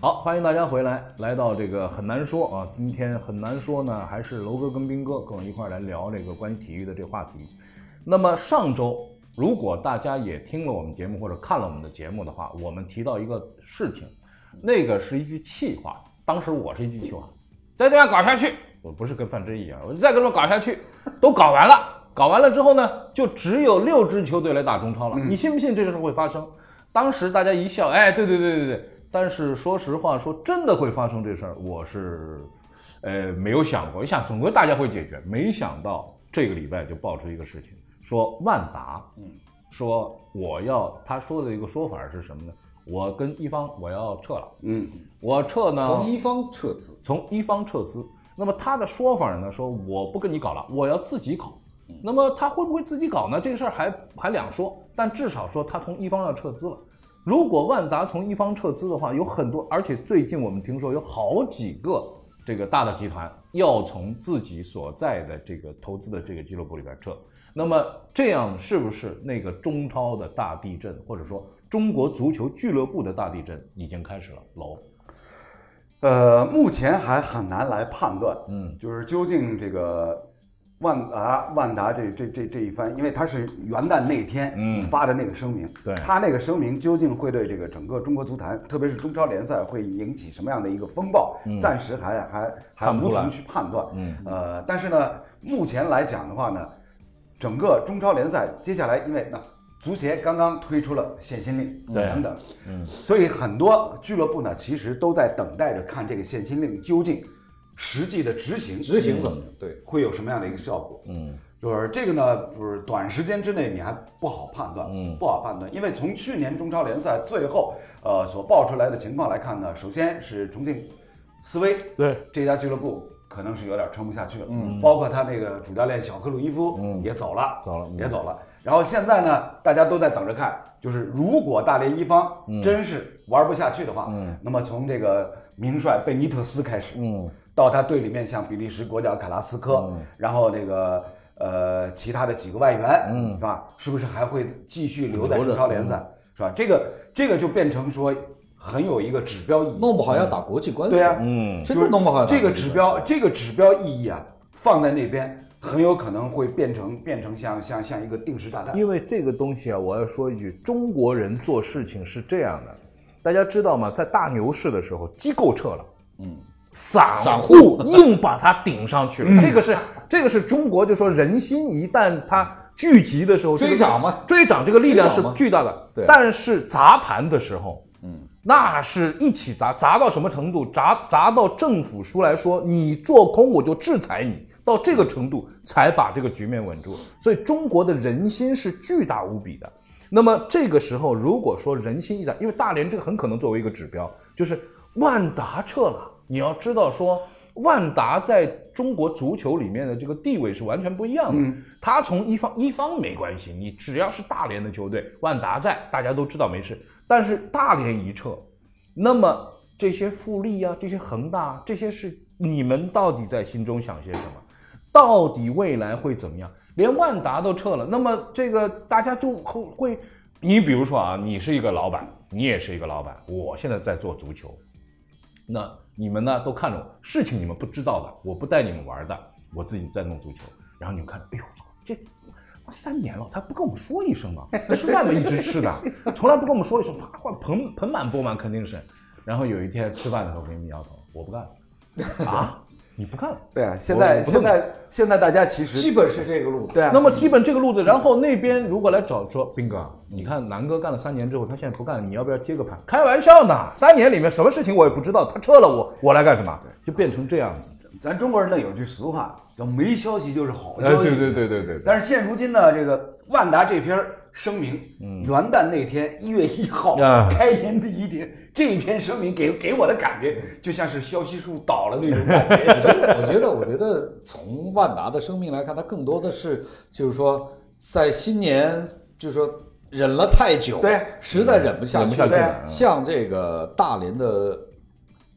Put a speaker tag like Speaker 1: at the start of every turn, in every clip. Speaker 1: 好，欢迎大家回来，来到这个很难说啊。今天很难说呢，还是楼哥跟斌哥跟我一块儿来聊这个关于体育的这个话题。那么上周，如果大家也听了我们节目或者看了我们的节目的话，我们提到一个事情，那个是一句气话。当时我是一句气话，再这样搞下去，我不是跟范志毅一样，我再跟他们搞下去， 都搞完了，搞完了之后呢，就只有六支球队来打中超
Speaker 2: 嗯
Speaker 1: 了。你信不信这事会发生？当时大家一笑，哎，对对对对对。但是说实话，说真的会发生这事儿，我是，呃，没有想过。我想总归大家会解决，没想到这个礼拜就爆出一个事情，说万达，嗯，说我要他说的一个说法是什么呢？我跟一方我要撤了，
Speaker 2: 嗯，
Speaker 1: 我撤呢，
Speaker 2: 从一方撤资，
Speaker 1: 从一方撤资。那么他的说法呢，说我不跟你搞了，我要自己搞。
Speaker 3: 嗯
Speaker 1: 那么他会不会自己搞呢？这个事儿还还两说，但至少说他从一方要撤资了。如果万达从一方撤资的话，有很多，而且最近我们听说有好几个这个大的集团要从自己所在的这个投资的这个俱乐部里边撤。那么这样是不是那个中超的大地震，或者说中国足球俱乐部的大地震已经开始了？楼，
Speaker 2: 呃，目前还很难来判断，
Speaker 1: 嗯，
Speaker 2: 就是究竟这个万达万达这这这这一番，因为他是元旦那天
Speaker 1: 嗯
Speaker 2: 发的那个声明，
Speaker 1: 对
Speaker 2: 他那个声明究竟会对这个整个中国足坛，特别是中超联赛会引起什么样的一个风暴，暂时还还还
Speaker 1: 嗯看不
Speaker 2: 无
Speaker 1: 出来
Speaker 2: 从去判断，
Speaker 1: 嗯，
Speaker 2: 呃，但是呢，目前来讲的话呢，整个中超联赛接下来，因为那足协刚刚推出了限薪令
Speaker 1: 对
Speaker 2: 等等，嗯，所以很多俱乐部呢，其实都在等待着看这个限薪令究竟实际的执行
Speaker 3: 执行怎么样？对，
Speaker 2: 会有什么样的一个效果。
Speaker 1: 嗯，
Speaker 2: 就是这个呢，就是短时间之内你还不好判断，嗯，不好判断，因为从去年中超联赛最后呃所爆出来的情况来看呢，首先是重庆斯威
Speaker 1: 对，
Speaker 2: 这家俱乐部可能是有点撑不下去了，嗯，包括他那个主教练小克鲁伊夫，嗯，也走了，
Speaker 1: 走了嗯
Speaker 2: 也走了。然后现在呢，大家都在等着看，就是如果大连一方真是玩不下去的话，嗯，那么从这个名帅贝尼特斯开始，嗯，到他队里面像比利时国脚卡拉斯科，然后那个呃其他的几个外援，嗯，是吧？是不是还会继续留在
Speaker 1: 留着
Speaker 2: 中超联赛，是吧？这个这个就变成说很有一个指标意义，
Speaker 3: 弄不好要打国际官司。
Speaker 2: 对呀
Speaker 3: 嗯，真
Speaker 2: 就是
Speaker 3: 的弄不好要打
Speaker 2: 这个
Speaker 3: 国际
Speaker 2: 指
Speaker 3: 官司
Speaker 2: 标，这个指标意义啊，放在那边很有可能会变成变成像像像一个定时炸弹。
Speaker 1: 因为这个东西啊，我要说一句，中国人做事情是这样的，大家知道吗？在大牛市的时候，机构撤了，嗯，散
Speaker 3: 散嗯
Speaker 1: 户硬把它顶上去了，这个是这个是中国就说人心一旦它聚集的时候，这个
Speaker 3: 追涨嘛
Speaker 1: 追涨这个力量是
Speaker 3: 追涨嘛
Speaker 1: 巨大的，
Speaker 3: 对嗯
Speaker 1: 但是砸盘的时候，那是一起砸，砸到什么程度？砸砸到政府出来说你做空我就制裁你，到这个程度才把这个局面稳住。所以中国的人心是巨大无比的。那么这个时候，如果说人心一散，因为大连这个很可能作为一个指标，就是万达撤了。你要知道说，万达在中国足球里面的这个地位是完全不一样的。他从一方一方没关系，你只要是大连的球队，万达在，大家都知道没事。但是大连一撤，那么这些富力啊，这些恒大、啊，这些是你们到底在心中想些什么？到底未来会怎么样？连万达都撤了，那么这个大家就会会，你比如说啊，你是一个老板，你也是一个老板，我现在在做足球，那你们呢都看着我，事情你们不知道的，我不带你们玩的，我自己在弄足球。然后你们看，哎呦，这三年了，他不跟我们说一声吗？他是这么一直吃的， 从来不跟我们说一声，啪，盆盆满钵满肯定是。然后有一天吃饭的时候，给你们摇头，我不干了啊，你不干了。
Speaker 2: 对啊，现
Speaker 1: 我
Speaker 2: 在
Speaker 1: 我不
Speaker 2: 现在现在大家其实
Speaker 3: 基本是这个路子。
Speaker 2: 对啊，
Speaker 1: 那么基本这个路子，然后那边如果来找说，斌哥，你看南哥干了三年之后，他现在不干，你要不要接个盘？开玩笑呢，三年里面什么事情我也不知道，他撤了我，我来干什么？就变成这样子。
Speaker 2: 咱中国人呢有句俗话叫没消息就是好
Speaker 1: 哎，
Speaker 2: 消息。
Speaker 1: 对对对对对对，
Speaker 2: 但是现如今呢，这个万达这篇声明，元旦那天一月一号、
Speaker 1: 啊
Speaker 2: 开年第一天，这一篇声明给给我的感觉就像是消息树倒了那种感觉。
Speaker 3: 我觉得，我觉得从万达的生命来看，它更多的是就是说，在新年就是说忍了太久，
Speaker 2: 对
Speaker 3: 实在忍不下
Speaker 1: 忍不
Speaker 3: 去
Speaker 1: 下去
Speaker 3: 了
Speaker 1: 了，
Speaker 3: 向这个大连的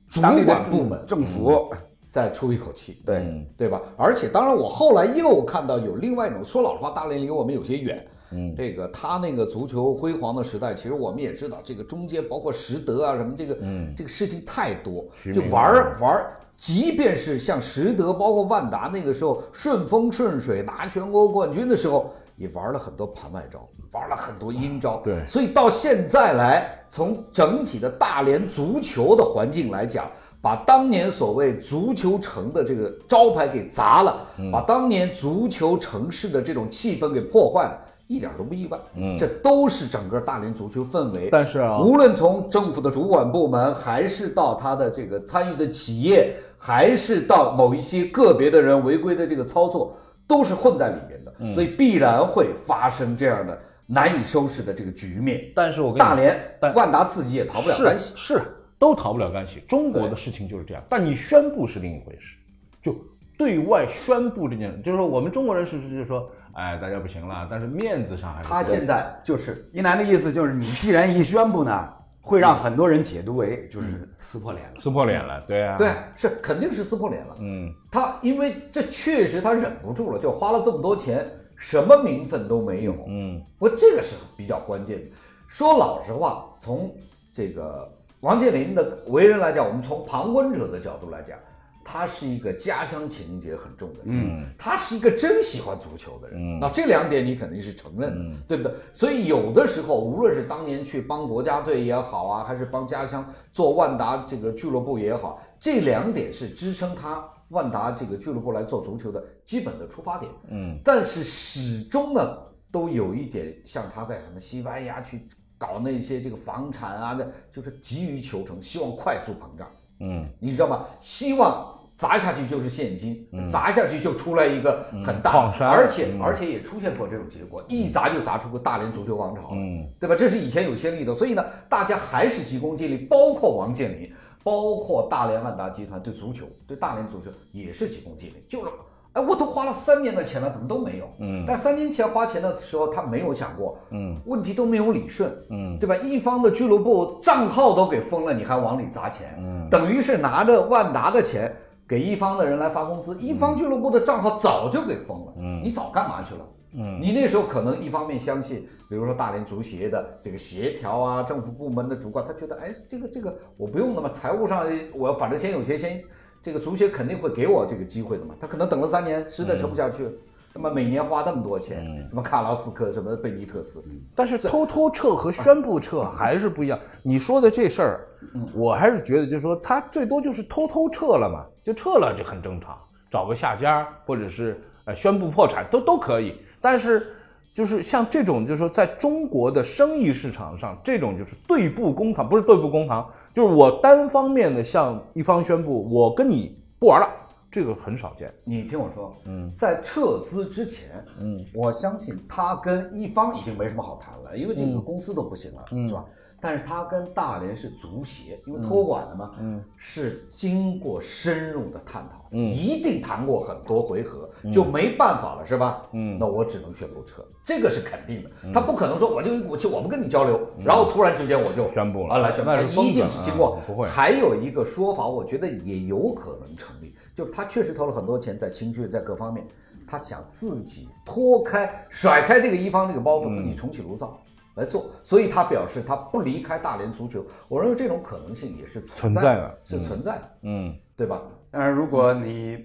Speaker 3: 主
Speaker 2: 当地嗯的
Speaker 3: 管部门
Speaker 2: 政府，
Speaker 3: 再出一口气，嗯
Speaker 2: 对。
Speaker 3: 对吧？而且，当然，我后来又看到有另外一种说，老实话，大连离我们有些远，嗯，这个他那个足球辉煌的时代，其实我们也知道，这个中间包括实德啊什么，这个、这个事情太多，
Speaker 1: 徐
Speaker 3: 就
Speaker 1: 明
Speaker 3: 玩儿玩儿。即便是像实德，包括万达那个时候顺风顺水拿全国冠军的时候，也玩了很多盘外招，玩了很多阴招。
Speaker 1: 对
Speaker 3: 所以到现在来，从整体的大连足球的环境来讲，把当年所谓足球城的这个招牌给砸了，
Speaker 1: 嗯
Speaker 3: 把当年足球城市的这种气氛给破坏了。一点都不意外，嗯，这都是整个大连足球氛围。
Speaker 1: 但是啊
Speaker 3: 无论从政府的主管部门，还是到他的这个参与的企业，还是到某一些个别的人违规的这个操作，都是混在里面的，
Speaker 1: 嗯
Speaker 3: 所以必然会发生这样的难以收拾的这个局面。
Speaker 1: 但是我跟你
Speaker 3: 大连
Speaker 1: 但、
Speaker 3: 万达自己也逃不了干系。
Speaker 1: 是是都逃不了干系。中国的事情就是这样，但你宣布是另一回事，就对外宣布这件事，就是说我们中国人是就是说，哎，大家不行了，但是面子上还是
Speaker 3: 他现在就是
Speaker 2: 一楠的意思就是，你既然一宣布呢，会让很多人解读为就是撕破脸了。
Speaker 1: 撕破脸了，对啊，
Speaker 3: 对，是肯定是撕破脸了。嗯，他因为这确实他忍不住了，就花了这么多钱，什么名分都没有。嗯，不过这个是比较关键的。说老实话，从这个王健林的为人来讲，我们从旁观者的角度来讲，他是一个家乡情节很重的人。嗯，他是一个真喜欢足球的人。嗯，那这两点你肯定是承认的，对不对？所以有的时候，无论是当年去帮国家队也好啊，还是帮家乡做万达这个俱乐部也好，这两点是支撑他万达这个俱乐部来做足球的基本的出发点。嗯，但是始终呢，都有一点像他在什么西班牙去搞那些这个房产啊的，就是急于求成，希望快速膨胀。嗯，你知道吗？希望砸下去就是现金，砸下去就出来一个很大，
Speaker 1: 矿山
Speaker 3: 而且、而且也出现过这种结果，一砸就砸出个大连足球王朝了，对吧？这是以前有先例的，所以呢，大家还是急功近利，包括王健林，包括大连万达集团对足球，对大连足球也是急功近利，就是。哎，我都花了三年的钱了，怎么都没有？嗯，但是三年前花钱的时候，他没有想过，嗯，问题都没有理顺，嗯，对吧？一方的俱乐部账号都给封了，你还往里砸钱，嗯，等于是拿着万达的钱给一方的人来发工资，一方俱乐部的账号早就给封了，嗯，你早干嘛去了？嗯，你那时候可能一方面相信，比如说大连足协的这个协调啊，政府部门的主管，他觉得，哎，这个这个我不用那么财务上我反正先有钱先，这个足协肯定会给我这个机会的嘛。他可能等了三年，实在撑不下去了，那么每年花那么多钱，什么卡拉斯科，什么贝尼特斯，
Speaker 1: 但是偷偷撤和宣布撤嗯还是不一样。你说的这事儿，我还是觉得就是说，他最多就是偷偷撤了嘛，就撤了就很正常，找个下家或者是呃宣布破产都都可以。但是就是像这种，就是说在中国的生意市场上，这种就是对簿公堂，不是对簿公堂，就是我单方面的向一方宣布我跟你不玩了，这个很少见。
Speaker 3: 你听我说，嗯，在撤资之前，嗯，我相信他跟一方已经没什么好谈了，因为这个公司都不行了，
Speaker 1: 嗯
Speaker 3: 是吧？但是他跟大连是足协，因为托管的嘛，嗯，是经过深入的探讨，嗯，一定谈过很多回合，
Speaker 1: 嗯
Speaker 3: 就没办法了，是吧？嗯，那我只能宣布撤，这个是肯定的，
Speaker 1: 嗯
Speaker 3: 他不可能说我就一股气我不跟你交流，然后突然之间我就
Speaker 1: 宣布了
Speaker 3: 啊，来宣布，
Speaker 1: 那
Speaker 3: 他
Speaker 1: 是疯
Speaker 3: 一定
Speaker 1: 子
Speaker 3: 是经过
Speaker 1: 啊，不会
Speaker 3: 还有一个说法，我觉得也有可能成立，就是他确实投了很多钱在青训，在各方面，他想自己脱开、甩开这个一方这个包袱，自己重启炉灶来做。所以他表示他不离开大连足球。我认为这种可能性也是存
Speaker 1: 存在
Speaker 3: 的
Speaker 1: 的，
Speaker 3: 是存在的，
Speaker 1: 嗯，
Speaker 3: 对吧？
Speaker 2: 但是如果你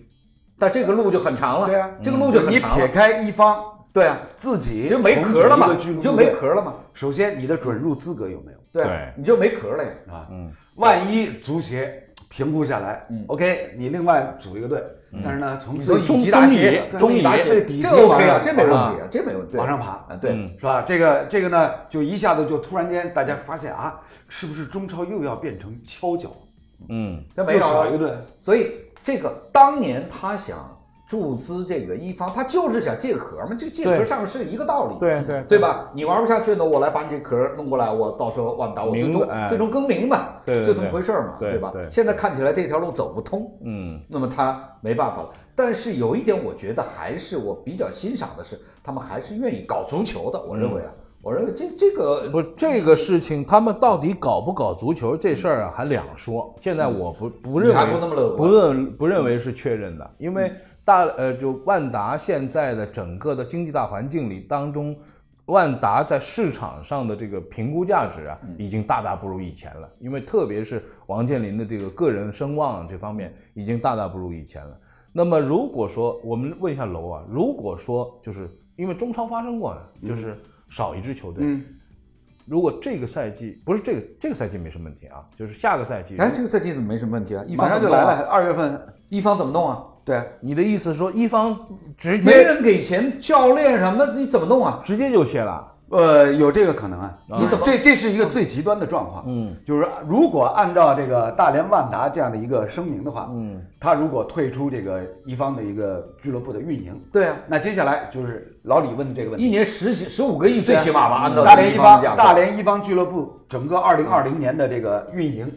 Speaker 3: 但这个路就很长了，
Speaker 2: 对啊，
Speaker 3: 嗯这个路就很
Speaker 2: 你
Speaker 3: 长
Speaker 2: 撇
Speaker 3: 了，
Speaker 2: 开一方
Speaker 3: 对啊，
Speaker 2: 自己
Speaker 3: 就没壳了嘛，你就没壳
Speaker 2: 了。
Speaker 3: 了嘛，
Speaker 2: 首先，你的准入资格有没有
Speaker 3: 对啊
Speaker 1: 对，
Speaker 3: 你就没壳了呀。
Speaker 2: 啊？嗯，万一足协评估下来，OK，你另外组一个队，但是呢，从
Speaker 3: 嗯你说
Speaker 2: 最
Speaker 3: 以
Speaker 2: 中
Speaker 3: 极打
Speaker 2: 中
Speaker 3: 铁，
Speaker 2: 乙
Speaker 3: 中乙打
Speaker 2: 最
Speaker 3: 铁，
Speaker 2: 底
Speaker 3: 这
Speaker 2: 级
Speaker 3: 个 OK
Speaker 2: 往
Speaker 3: 啊，
Speaker 2: 上
Speaker 3: 这没问
Speaker 2: 爬
Speaker 3: 题啊，这没问题，
Speaker 2: 往上嗯爬
Speaker 3: 啊，对。
Speaker 2: 是吧？这个这个呢，就一下子就突然间大家发现啊，是不是中超又要变成敲脚？
Speaker 1: 嗯，
Speaker 3: 这没有
Speaker 2: 又少
Speaker 3: 啊
Speaker 2: 一个队，
Speaker 3: 所以这个当年他想注资这个一方，他就是想借壳嘛，这借壳
Speaker 1: 对
Speaker 3: 上市一个道理，
Speaker 1: 对对
Speaker 3: 对吧？你玩不下去呢，我来把你这壳弄过来，我到时候万达，我最终
Speaker 1: 明白哎
Speaker 3: 最终更名嘛，
Speaker 1: 对对
Speaker 3: 就
Speaker 1: 对
Speaker 3: 这么回事儿嘛，
Speaker 1: 对
Speaker 3: 吧
Speaker 1: 对？
Speaker 3: 现在看起来这条路走不通，
Speaker 1: 嗯，
Speaker 3: 那么他没办法了。但是有一点，我觉得还是我比较欣赏的是，他们还是愿意搞足球的。我认为啊，
Speaker 1: 嗯
Speaker 3: 我认为这这个
Speaker 1: 不，这个事情他们到底搞不搞足球这事儿啊，还两说。现在我不不认为
Speaker 3: 嗯你还不那么乐观嗯
Speaker 1: 不认不认为是确认的，因为大呃，就万达现在的整个的经济大环境里当中，万达在市场上的这个评估价值啊，
Speaker 3: 嗯
Speaker 1: 已经大大不如以前了。因为特别是王健林的这个个人声望这方面，
Speaker 3: 嗯
Speaker 1: 已经大大不如以前了。那么如果说我们问一下楼啊，如果说就是因为中超发生过的，
Speaker 3: 嗯
Speaker 1: 就是少一支球队，如果这个赛季不是这个这个赛季没什么问题啊，就是下个赛季，
Speaker 3: 哎，这个赛季怎么没什么问题啊？一
Speaker 2: 马
Speaker 3: 方
Speaker 2: 上
Speaker 3: 怎么
Speaker 2: 就来
Speaker 3: 弄啊
Speaker 2: 了，
Speaker 3: 二月份一方怎么弄啊？
Speaker 2: 对，
Speaker 1: 你的意思是说一方直
Speaker 3: 没
Speaker 1: 接
Speaker 3: 人给钱，教练什么你怎么弄啊？
Speaker 1: 直接就歇了？
Speaker 2: 呃，有这个可能啊。
Speaker 3: 你怎么
Speaker 2: 这这是一个最极端的状况。嗯，就是如果按照这个大连万达这样的一个声明的话，嗯，他如果退出这个一方的一个俱乐部的运营，
Speaker 3: 对啊，
Speaker 2: 那接下来就是老李问的这个问题。
Speaker 3: 一年十几十五个亿，最起码吧，按照
Speaker 2: 大连一
Speaker 3: 方
Speaker 2: 方
Speaker 3: 讲，
Speaker 2: 大连一方俱乐部整个二零二零年的这个运营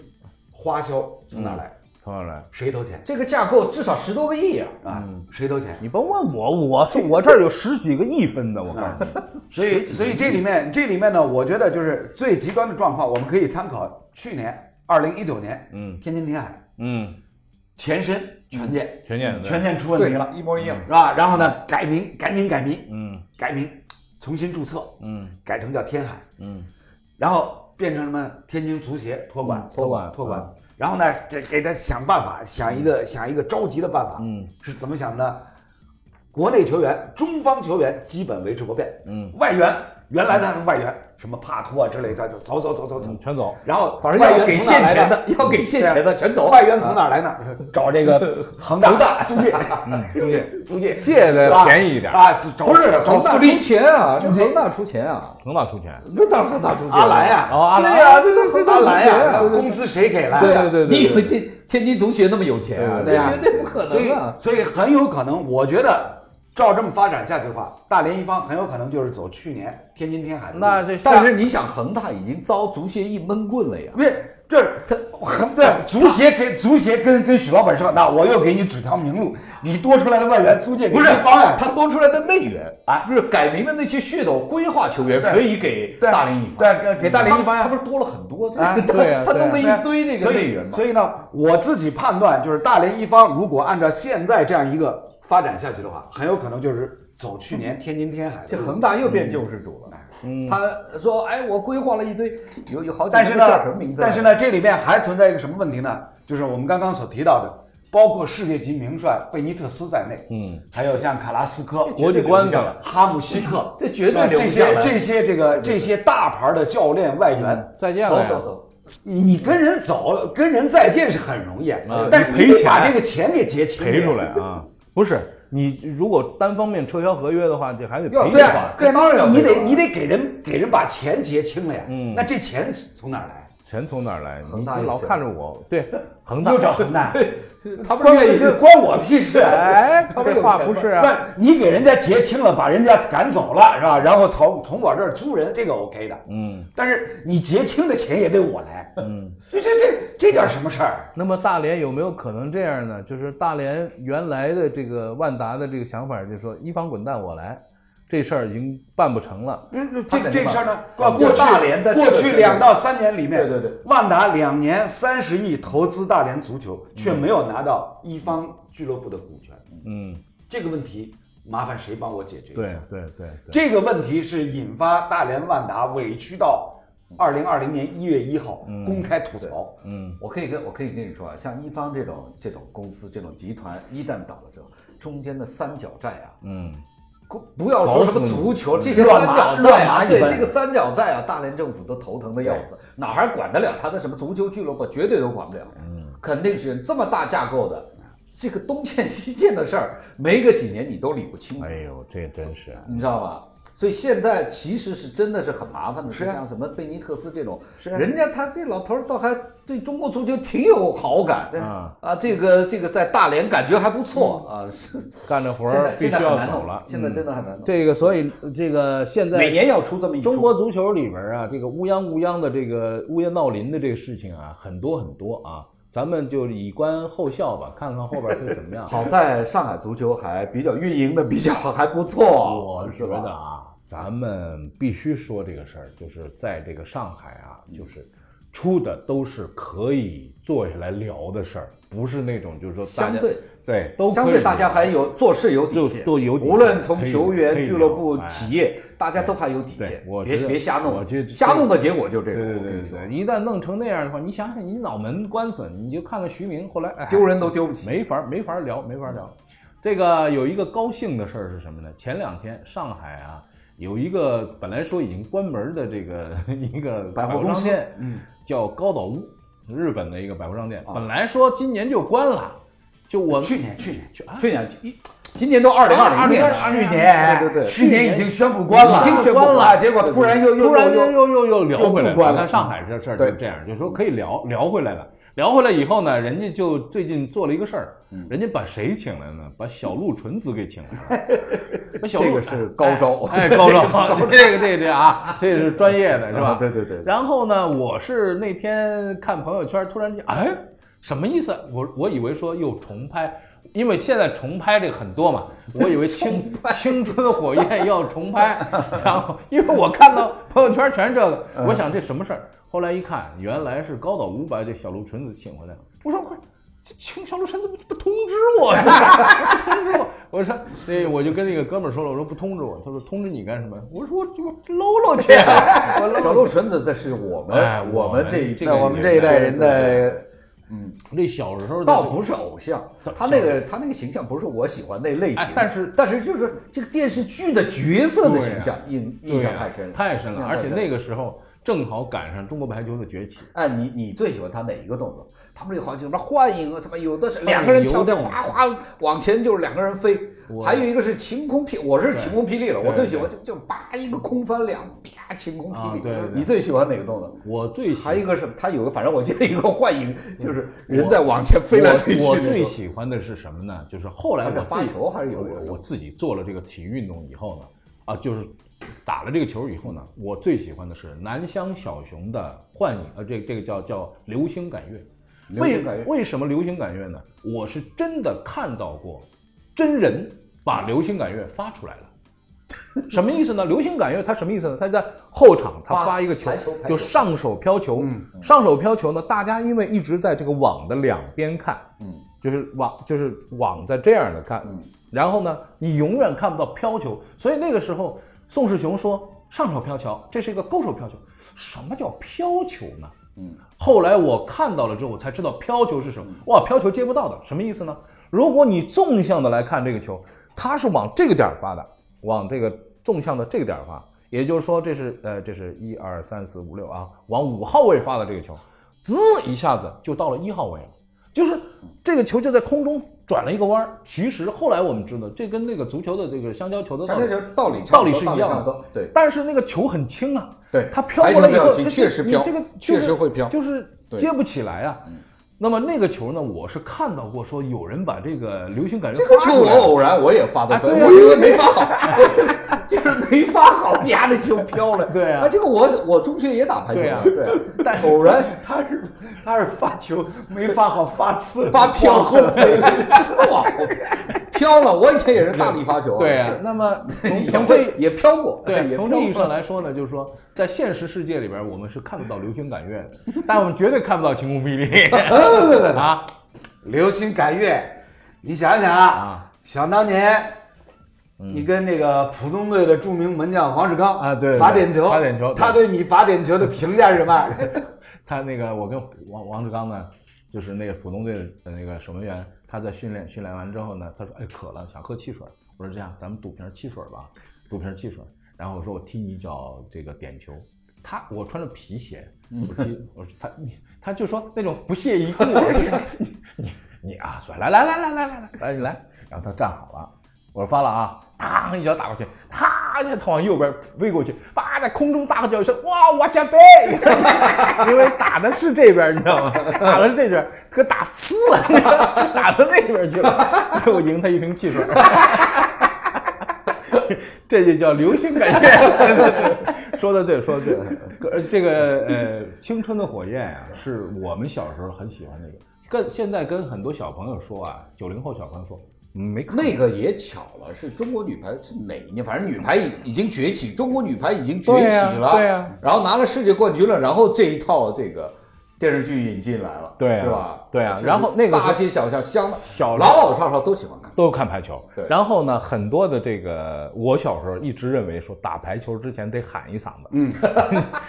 Speaker 2: 花销从哪来？
Speaker 1: 同样来，
Speaker 2: 谁投钱
Speaker 3: 这个架构至少十多个亿啊。
Speaker 2: 啊？谁投钱？
Speaker 1: 你甭问我，我我这儿有十几个亿分的，我告
Speaker 3: 啊
Speaker 1: 诉你。
Speaker 2: 所以，所以这里面这里面呢，我觉得就是最极端的状况，我们可以参考去年二零一九年，嗯，天津天海嗯
Speaker 1: 嗯，
Speaker 2: 前身权健，
Speaker 1: 权健对
Speaker 2: 权健出问题了，
Speaker 3: 对一模一样
Speaker 2: 是吧？然后呢，改名，赶紧改名，嗯，改名，重新注册，嗯，改成叫天海，嗯，然后变成什么天津足协托管，
Speaker 1: 托管
Speaker 2: 托管。然后呢，给给他想办法，想一个想一个着急的办法，嗯，是怎么想呢？国内球员，中方球员基本维持不变，嗯，外援原来的他们外援，什么帕托啊之类的，就走走走走走，
Speaker 1: 全走
Speaker 2: 然后
Speaker 3: 反正
Speaker 2: 外
Speaker 3: 要
Speaker 2: 援
Speaker 3: 给
Speaker 2: 从哪
Speaker 3: 现
Speaker 2: 来
Speaker 3: 钱
Speaker 2: 的
Speaker 3: 的，，要给现钱的全走。
Speaker 2: 外援从哪儿来呢？找这个恒大、租借、
Speaker 1: 租借、
Speaker 2: 租借
Speaker 1: 借的
Speaker 2: 对吧
Speaker 1: 便宜一点
Speaker 2: 啊，找
Speaker 3: 不是
Speaker 2: 找
Speaker 3: 恒
Speaker 2: 富
Speaker 3: 大
Speaker 2: 力
Speaker 3: 出钱啊，恒大出钱啊，
Speaker 1: 恒大出钱，
Speaker 3: 那当然恒大出钱了。
Speaker 2: 阿兰呀，
Speaker 1: 哦阿兰
Speaker 3: 对呀，这个啊恒大
Speaker 2: 阿
Speaker 3: 出
Speaker 2: 兰
Speaker 3: 钱
Speaker 2: 呀，
Speaker 3: 啊，
Speaker 2: 啊工资谁给了？
Speaker 3: 啊
Speaker 1: 对对对对
Speaker 3: 你以为天天津足协那么有钱啊？
Speaker 1: 对
Speaker 3: 这
Speaker 2: 对对
Speaker 3: 绝对不可
Speaker 2: 所
Speaker 3: 能
Speaker 2: 以
Speaker 3: 啊！
Speaker 2: 所以很有可能，我觉得照这么发展下去的话，大连一方很有可能就是走去年天津天海的路
Speaker 1: 那这
Speaker 3: 嗯但
Speaker 1: 下
Speaker 3: 是你想，恒大已经遭足协一闷棍了呀。
Speaker 2: 因为这是他很对足协给足协跟跟许老板说，那我又给你指条明路，你多出来的外援租借给
Speaker 3: 不是
Speaker 2: 对方啊呀，
Speaker 3: 他多出来的内援
Speaker 1: 哎
Speaker 2: 啊
Speaker 3: 不是改名的那些噱头规划球员可以给
Speaker 2: 对
Speaker 3: 大连一方，
Speaker 2: 对给给大连一方呀
Speaker 3: 他他不是多了很多，
Speaker 2: 啊
Speaker 3: 他
Speaker 1: 对啊
Speaker 3: 他
Speaker 1: 对啊
Speaker 3: 弄了
Speaker 2: 对啊
Speaker 3: 一堆那个
Speaker 2: 所以
Speaker 3: 内援嘛，
Speaker 2: 所以呢，我自己判断就是大连一方如果按照现在这样一个发展下去的话，很有可能就是走去年天津天海的
Speaker 3: 这
Speaker 2: 路。
Speaker 3: 恒大又变救世主了。他说：“哎，我规划了一堆，有有好几
Speaker 2: 嗯但
Speaker 3: 个
Speaker 2: 是
Speaker 3: 叫什么
Speaker 2: 呢
Speaker 3: 名，字？
Speaker 2: 但是，呢，这里面还存在一个什么问题呢？就是我们刚刚所提到的，包括世界级名帅贝尼特斯在内，嗯，还有像卡拉斯科、
Speaker 1: 国际观上了
Speaker 2: 哈姆西克，
Speaker 3: 这绝对留
Speaker 2: 这
Speaker 3: 不下
Speaker 2: 些
Speaker 3: 来。
Speaker 2: 这些这个这些大牌的教练外援，
Speaker 1: 再见
Speaker 3: 走
Speaker 1: 了呀，
Speaker 3: 走走，
Speaker 2: 你跟人走，跟人再见是很容易，
Speaker 1: 啊
Speaker 2: 但是
Speaker 1: 你赔
Speaker 2: 你得
Speaker 1: 钱
Speaker 2: 把这个钱给结清
Speaker 1: 赔
Speaker 2: 点
Speaker 1: 出来啊！不是你如果单方面撤销合约的话，这还得
Speaker 3: 要
Speaker 1: 赔
Speaker 2: 对
Speaker 1: 款。
Speaker 2: 啊，
Speaker 3: 这当然要
Speaker 2: 你
Speaker 3: 赔
Speaker 2: 得
Speaker 3: 款
Speaker 2: 你得给人给人把钱结清了呀。嗯，那这钱从哪儿来？
Speaker 1: 钱从哪儿来？
Speaker 3: 恒大
Speaker 1: 你
Speaker 3: 有
Speaker 1: 老
Speaker 3: 钱
Speaker 1: 看着 我，对，恒大
Speaker 2: 又找恒大，
Speaker 3: 他不是愿意
Speaker 2: 关我屁事啊
Speaker 1: 哎，
Speaker 3: 他不是
Speaker 1: 这
Speaker 3: 有
Speaker 1: 话
Speaker 3: 钱
Speaker 1: 不
Speaker 3: 吗
Speaker 1: 是啊，
Speaker 2: 那你给人家结清了，把人家赶走了，是吧？然后从从我这儿租人，这个 OK 的。嗯，但是你结清的钱也得我来。嗯，这这这这点什么事儿？
Speaker 1: 那么大连有没有可能这样呢？就是大连原来的这个万达的这个想法，就是说一方滚蛋我来，这事儿已经办不成了。
Speaker 3: 嗯
Speaker 2: 这
Speaker 3: 肯定
Speaker 2: 这
Speaker 3: 吧
Speaker 2: 事儿呢，
Speaker 3: 啊
Speaker 2: 过过去
Speaker 3: 大连在这个
Speaker 2: 过去两到三年里面，
Speaker 3: 对对对，
Speaker 2: 万达两年三十亿投资大连足球，却没有拿到一方俱乐部的股权。
Speaker 1: 嗯，
Speaker 2: 这个问题麻烦谁帮我解决一下？
Speaker 1: 对对对对，
Speaker 2: 这个问题是引发大连万达委屈到二零二零年一月一号公开吐槽。
Speaker 1: 嗯，
Speaker 3: 我可以跟我可以跟你说啊，像一方这种这种公司这种集团一旦倒了之后，中间的三角债啊，
Speaker 1: 嗯，
Speaker 3: 不不要说什么足球，这些
Speaker 2: 乱麻
Speaker 3: 三角债
Speaker 2: 乱麻
Speaker 3: 啊，
Speaker 2: 一
Speaker 3: 对
Speaker 2: 般
Speaker 3: 这个三角债啊，大连政府都头疼的要死，哪还管得了他的什么足球俱乐部？绝对都管不了。嗯，肯定是这么大架构的，这个东建西建的事儿，没个几年你都理不清楚，
Speaker 1: 哎呦，这真是
Speaker 3: 你知道吧？所以现在其实是真的是很麻烦的，
Speaker 2: 是
Speaker 3: 就
Speaker 2: 啊
Speaker 3: 像什么贝尼特斯这种，
Speaker 2: 是啊
Speaker 3: 人家他这老头儿倒还对中国足球挺有好感
Speaker 1: 啊
Speaker 3: 啊，这个这个在大连感觉还不错啊，是
Speaker 1: 干嗯 着活
Speaker 3: 现
Speaker 1: 儿
Speaker 3: 在
Speaker 1: 必
Speaker 3: 现在
Speaker 1: 须
Speaker 3: 很
Speaker 1: 要
Speaker 3: 难
Speaker 1: 走
Speaker 3: 弄
Speaker 1: 了。嗯
Speaker 3: 现在真的很难弄。
Speaker 1: 这个，所以呃这个现在
Speaker 3: 每年要出这么一出
Speaker 1: 中国足球里边啊，这个乌泱乌泱的这个乌烟闹林的这个事情啊，很多很多啊。咱们就以观后效吧，看看后边会怎么样。
Speaker 3: 好啊在上海足球还比较运营的比较还不错，
Speaker 1: 我
Speaker 3: 是
Speaker 1: 觉得
Speaker 3: 吧？
Speaker 1: 啊，咱们必须说这个事儿，就是在这个上海啊，
Speaker 3: 嗯
Speaker 1: 就是出的都是可以坐下来聊的事儿，不是那种就是说大家
Speaker 3: 相对
Speaker 1: 对都可以
Speaker 3: 相对大家
Speaker 1: 聊
Speaker 3: 还有做事有底
Speaker 1: 就
Speaker 3: 线，
Speaker 1: 都有底线
Speaker 3: 无论从
Speaker 1: 可以
Speaker 3: 球
Speaker 1: 可
Speaker 3: 员、
Speaker 1: 以
Speaker 3: 俱乐
Speaker 1: 聊
Speaker 3: 部、
Speaker 1: 哎
Speaker 3: 企业，大家都还有底
Speaker 1: 对
Speaker 3: 线，
Speaker 1: 我
Speaker 3: 别
Speaker 1: 觉得
Speaker 3: 别瞎
Speaker 1: 我
Speaker 3: 弄
Speaker 1: 觉得，这
Speaker 3: 瞎弄的结果就这个。
Speaker 1: 对对
Speaker 3: 我跟
Speaker 1: 对
Speaker 3: 你说
Speaker 1: 对，一旦弄成那样的话，你想想，你脑门官司，你就看看徐明后来，哎，
Speaker 3: 丢人都丢不起。
Speaker 1: 没法没法聊，没法聊。这个有一个高兴的事儿是什么呢？前两天上海啊，有一个本来说已经关门的这个 一个
Speaker 3: 百货
Speaker 1: 货
Speaker 3: 公
Speaker 1: 商
Speaker 3: 司
Speaker 1: 店，嗯，叫高岛屋，日本的一个百货商店，本来说今年就关了，就我
Speaker 2: 去年去年
Speaker 1: 去啊
Speaker 3: 啊去年一，今年都二零二零年了，
Speaker 1: 2022
Speaker 3: 对对对，
Speaker 2: 去年已经宣布关了，
Speaker 3: 已经宣布啊
Speaker 1: 关了
Speaker 3: 结果突然又又
Speaker 1: 突然又
Speaker 3: 又
Speaker 1: 又又又聊回来
Speaker 2: 又不关
Speaker 1: 了。你
Speaker 2: 了
Speaker 1: 看上海这事儿就
Speaker 3: 对
Speaker 1: 是这样，就说可以聊聊回来了。聊回来以后呢，人家就最近做了一个事儿，
Speaker 3: 嗯
Speaker 1: 人家把谁请来呢？把小鹿纯子给请来 了。把小鹿
Speaker 3: 这个是高招
Speaker 1: 哎，哎高 招，这个这个这个啊，这个是专业的，是吧？
Speaker 3: 啊对对对对
Speaker 1: 然后呢，我是那天看朋友圈，突然间，哎，什么意思？我我以为说又重拍。因为现在重拍这个很多嘛，我以为青青春火焰要重 拍，然后因为我看到朋友圈全是这个，
Speaker 3: 嗯
Speaker 1: 我想这什么事儿？后来一看，原来是高岛五把这小鹿纯子请回来，我说快，这请小鹿纯子不不通知我呀？不通知我，我说那我就跟那个哥们儿说了，我说不通知我，他说通知你干什么？我说我我搂搂去，我搂
Speaker 3: 小鹿纯子，这是我
Speaker 1: 哎
Speaker 3: 们
Speaker 1: 我
Speaker 3: 们
Speaker 1: 们
Speaker 3: 这一
Speaker 1: 这
Speaker 3: 代
Speaker 1: 个
Speaker 3: 那我们这一代人的，
Speaker 1: 那小时候的
Speaker 3: 倒不是偶像，他那个他那个形象不是我喜欢那类型
Speaker 1: 哎，但是
Speaker 3: 但是就是这个电视剧的角色的
Speaker 1: 对
Speaker 3: 形象印
Speaker 1: 对
Speaker 3: 印象
Speaker 1: 啊
Speaker 3: 太深了，
Speaker 1: 太深了，
Speaker 3: 印象
Speaker 1: 而且
Speaker 3: 深
Speaker 1: 那个时候正好赶上中国排球的崛起。
Speaker 3: 哎，你你最喜欢他哪一个动作？他们有好几什么幻影啊，什么有的是两个人跳的
Speaker 1: 游动
Speaker 3: 哗哗往前就是两个人飞，还有一个是晴空霹，我是晴空霹雳了，
Speaker 1: 对
Speaker 3: 我最喜欢就就叭一个空翻两，啪晴空霹
Speaker 1: 啊
Speaker 3: 雳。
Speaker 1: 对对对
Speaker 3: 你最喜欢哪个动作？
Speaker 1: 我最喜
Speaker 3: 还有一个什么？他有个，反正我记得有个幻影，就是人在往前飞来飞去
Speaker 1: 我我
Speaker 3: 那种
Speaker 1: 最喜欢的是什么呢？就是后来
Speaker 3: 他是
Speaker 1: 我自己
Speaker 3: 发球还是有
Speaker 1: 我我自己做了这个体育运动以后呢，啊，就是打了这个球以后呢，我最喜欢的是南湘小熊的幻影，呃，这这个叫叫流星赶月。
Speaker 3: 流星赶月
Speaker 1: 为为什么流星赶月呢？我是真的看到过真人把流星赶月发出来了。什么意思呢？流星赶月它什么意思呢？它在后场它
Speaker 3: 发
Speaker 1: 发一个球
Speaker 3: 排球，嗯排球
Speaker 1: 就上手飘球。上手飘球呢，大家因为一直在这个网的两边看，嗯，就是网就是网在这样的看，嗯，然后呢，你永远看不到飘球，所以那个时候宋世雄说上手飘球，这是一个勾手飘球，什么叫飘球呢？
Speaker 3: 嗯
Speaker 1: 后来我看到了之后，我才知道飘球是什么。哇，飘球接不到的，什么意思呢？如果你纵向的来看这个球，它是往这个点儿发的，往这个纵向的这个点儿发，也就是说这是呃这是一二三四五六啊，往五号位发的这个球，滋一下子就到了一号位了，就是这个球就在空中转了一个弯儿。其实后来我们知道，这跟那个足球的这个香蕉球的道
Speaker 3: 像
Speaker 1: 理
Speaker 3: 这球道理
Speaker 1: 道理
Speaker 3: 差
Speaker 1: 是
Speaker 3: 不
Speaker 1: 一
Speaker 3: 多
Speaker 1: 样
Speaker 3: 差不
Speaker 1: 的
Speaker 3: 多，对。
Speaker 1: 但是那个球很轻啊，
Speaker 3: 对
Speaker 1: 它飘过来以
Speaker 3: 排球
Speaker 1: 后，
Speaker 3: 表情
Speaker 1: 它
Speaker 3: 确实
Speaker 1: 你
Speaker 3: 飘
Speaker 1: 这个
Speaker 3: 确
Speaker 1: 就是
Speaker 3: 实会飘
Speaker 1: 就是
Speaker 3: 对嗯
Speaker 1: 接不起来啊。那么那个球呢，我是看到过说有人把这个流星赶月
Speaker 3: 这个
Speaker 1: 发出
Speaker 3: 球我
Speaker 1: 来
Speaker 3: 偶然我也发的
Speaker 1: 哎
Speaker 3: 分，
Speaker 1: 对啊
Speaker 3: 我以为没发好， 我就是没发好，啪的球飘了。
Speaker 1: 对啊
Speaker 3: 这个我我中学也打排球
Speaker 1: 对啊
Speaker 3: 对啊，
Speaker 1: 但是
Speaker 3: 偶然
Speaker 2: 他是他是发球没发好，发次
Speaker 3: 发飘后 飞了，是往后飘了。我以前也是大力发球，
Speaker 1: 对
Speaker 3: 呀
Speaker 1: 啊，，那么从
Speaker 3: 也
Speaker 1: 从这
Speaker 3: 会也飘过，
Speaker 1: 对，
Speaker 3: 也
Speaker 1: 从
Speaker 3: 飘
Speaker 1: 这
Speaker 3: 过
Speaker 1: 意义上来说呢，就是说，在现实世界里边，我们是看不到流星赶月的，但我们绝对看不到晴空霹雳 啊！
Speaker 2: 流星赶月，你想想啊，想当年。你跟那个浦东队的著名门将王志刚
Speaker 1: 啊对对
Speaker 2: 罚点球，
Speaker 1: 罚点球对
Speaker 2: 他对你罚点球的评价是什么？
Speaker 1: 他那个我跟王王志刚呢，就是那个浦东队的那个守门员，他在训练训练完之后呢，他说哎渴了想喝汽水，我说这样咱们赌瓶汽水吧，赌瓶汽水，然后我说我踢你一脚这个点球，他我穿着皮鞋，我踢我说他你他就说那种不屑一顾，我说你 你你啊算了来来来来来来来你来，然后他站好了。我说发了啊，嘡一脚打过去，啪一下他往右边飞过去，啪在空中大叫一声，哇，我加 倍，因为打的是这边，你知道吗？打的是这边，可打呲了 你知道吗，打到那边去了， 最后赢他一瓶汽水。 这就叫流星感觉。 说的对，说的对。可这个呃，青春的火焰啊，是我们小时候很喜欢那个。跟现在跟很多小朋友说啊，九零后小朋友说嗯没看过
Speaker 3: 那个也巧了，是中国女排是哪一年？反正女排已已经崛起，中国女排已经崛
Speaker 1: 嗯对
Speaker 3: 起
Speaker 1: 呀
Speaker 3: 了，
Speaker 1: 对呀
Speaker 3: 然后拿了世界冠军了，然后这一套这个电视剧引进来了，
Speaker 1: 对呀
Speaker 3: 是吧？
Speaker 1: 对啊，然后那个时
Speaker 3: 大
Speaker 1: 候
Speaker 3: 街小巷，相当
Speaker 1: 小
Speaker 3: 老老少少都喜欢看。
Speaker 1: 都看排球
Speaker 3: 对，
Speaker 1: 然后呢，很多的这个我小时候一直认为说打排球之前得喊一嗓子，嗯，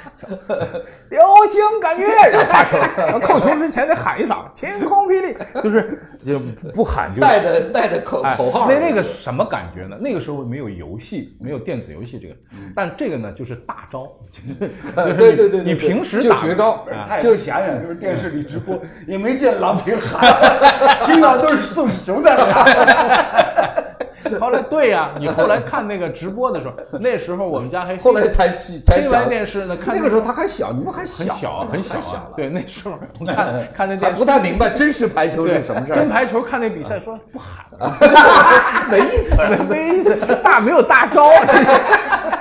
Speaker 1: 流星感觉然后 发球，然后扣球之前得喊一嗓子，晴空霹雳，就是就不喊就
Speaker 3: 带着带着口
Speaker 1: 哎
Speaker 3: 口号的，
Speaker 1: 那那个什么感觉呢？那个时候没有游戏，没有电子游戏这个，但这个呢就是大 招，就是你
Speaker 3: 嗯对对对对
Speaker 1: 你
Speaker 3: 对
Speaker 1: 平时
Speaker 3: 就
Speaker 1: 打
Speaker 3: 绝招
Speaker 2: 太就想想，就是电视里直播 也没见郎平 喊，听到都是宋雄在喊。
Speaker 1: 后来对呀、你后来看那个直播的时候，那时候我们家还
Speaker 3: 后来才喜才
Speaker 1: 黑白
Speaker 3: 想
Speaker 1: 电视呢，看
Speaker 3: 那个时候他还小，你们还
Speaker 1: 很小
Speaker 3: 小，
Speaker 1: 啊很小
Speaker 3: 还
Speaker 1: 啊，
Speaker 3: 小了，
Speaker 1: 对，那时 候我看看那
Speaker 3: 还
Speaker 1: 电视
Speaker 3: 不太明白真实排球
Speaker 1: 对
Speaker 3: 是什么事
Speaker 1: 真
Speaker 3: 儿，
Speaker 1: 排球看那比赛说不 喊，
Speaker 3: 没意思。
Speaker 1: 没意思，大没有大招啊，这个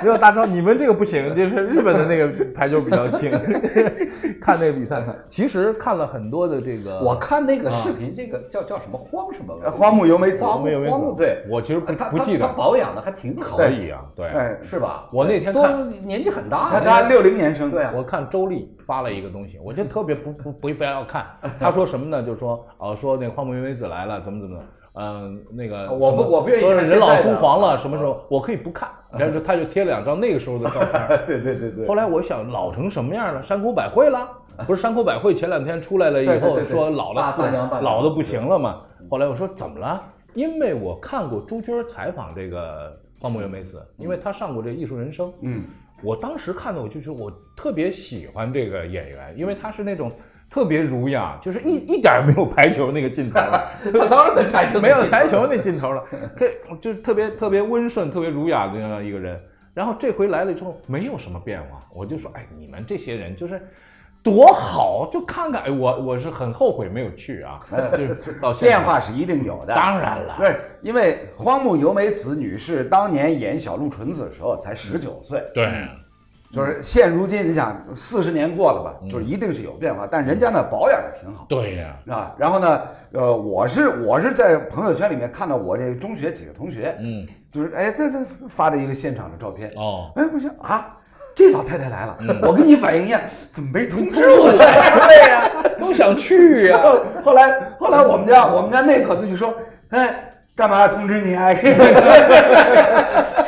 Speaker 1: 没有大招。你们这个不行，就是日本的那个排球比较轻。 看那个 比赛，其实看了很多的这个，
Speaker 3: 我看那个
Speaker 1: 啊
Speaker 3: 视频，这个叫叫什么荒什
Speaker 1: 呃
Speaker 3: 么
Speaker 2: 花木由美子，
Speaker 3: 荒木
Speaker 1: 没有没
Speaker 3: 荒
Speaker 1: 有
Speaker 3: 木对，呃
Speaker 1: 我其实不
Speaker 3: 他
Speaker 1: 不记得
Speaker 3: 他他保养的还挺好
Speaker 1: 可
Speaker 3: 的，
Speaker 1: 以啊，对。
Speaker 2: 哎，
Speaker 3: 是吧？
Speaker 1: 我那天
Speaker 3: 都
Speaker 1: 看，
Speaker 3: 年纪很大
Speaker 2: 他
Speaker 3: 了，
Speaker 2: 他六零年生，
Speaker 3: 对啊
Speaker 1: 我看周丽发了一个东西，我就特别不 不不不要看。他说什么呢？就说哦，说那荒木由美子来了，怎么怎么的，嗯，那个
Speaker 3: 啊我不
Speaker 1: 什么
Speaker 3: 我不愿意
Speaker 1: 说
Speaker 3: 看
Speaker 1: 人
Speaker 3: 现
Speaker 1: 老
Speaker 3: 在的啊
Speaker 1: 珠黄了，什么时候我可以不看？然后就他就贴了两张那个时候的照片，
Speaker 3: 对对对对
Speaker 1: 后来我想老成什么样了？山口百惠 了，不是山口百惠前两天出来了以
Speaker 3: 对对
Speaker 1: 后
Speaker 3: 对对
Speaker 1: 说老
Speaker 3: 大
Speaker 1: 了
Speaker 3: 大娘大，嗯娘
Speaker 1: 老的不行了嘛。后来我说怎么了？因为我看过朱军采访这个荒木由美子，
Speaker 3: 嗯
Speaker 1: 因为她上过这《艺术人生》。嗯，我当时看的我就是我特别喜欢这个演员，因为她是那种特别儒雅，就是一一点儿没有排球那个劲头啊 了。
Speaker 3: 他当然能排球，
Speaker 1: 没有台球那劲头了，这就是特别特别温顺、特别儒雅的那样一个人。然后这回来了之后没有什么变化，我就说，哎，你们这些人就是多好，就看看。哎，我我是很后悔没有去 啊，就是到现在
Speaker 2: 变化是一定有的，
Speaker 1: 当然了
Speaker 2: 不是因为荒木由美子女士当年演小鹿纯子的时候
Speaker 1: 嗯
Speaker 2: 才十九岁，
Speaker 1: 对，
Speaker 2: 就是现如今你想四十年过了吧，
Speaker 1: 嗯
Speaker 2: 就是一定是有变化，但人家呢保养的挺好。
Speaker 1: 对呀、
Speaker 2: 啊，然后呢，呃，我是我是在朋友圈里面看到我这中学几个同学，嗯，就是哎，这这发的一个现场的照片，
Speaker 1: 哦， 嗯
Speaker 2: 哎，我想啊，这老太太来了，我跟你反映一样，怎么没通知我？
Speaker 1: 对呀、都想去呀、
Speaker 2: 然后 后来后来我们家我们家那口子就说，哎，干嘛要通知你啊？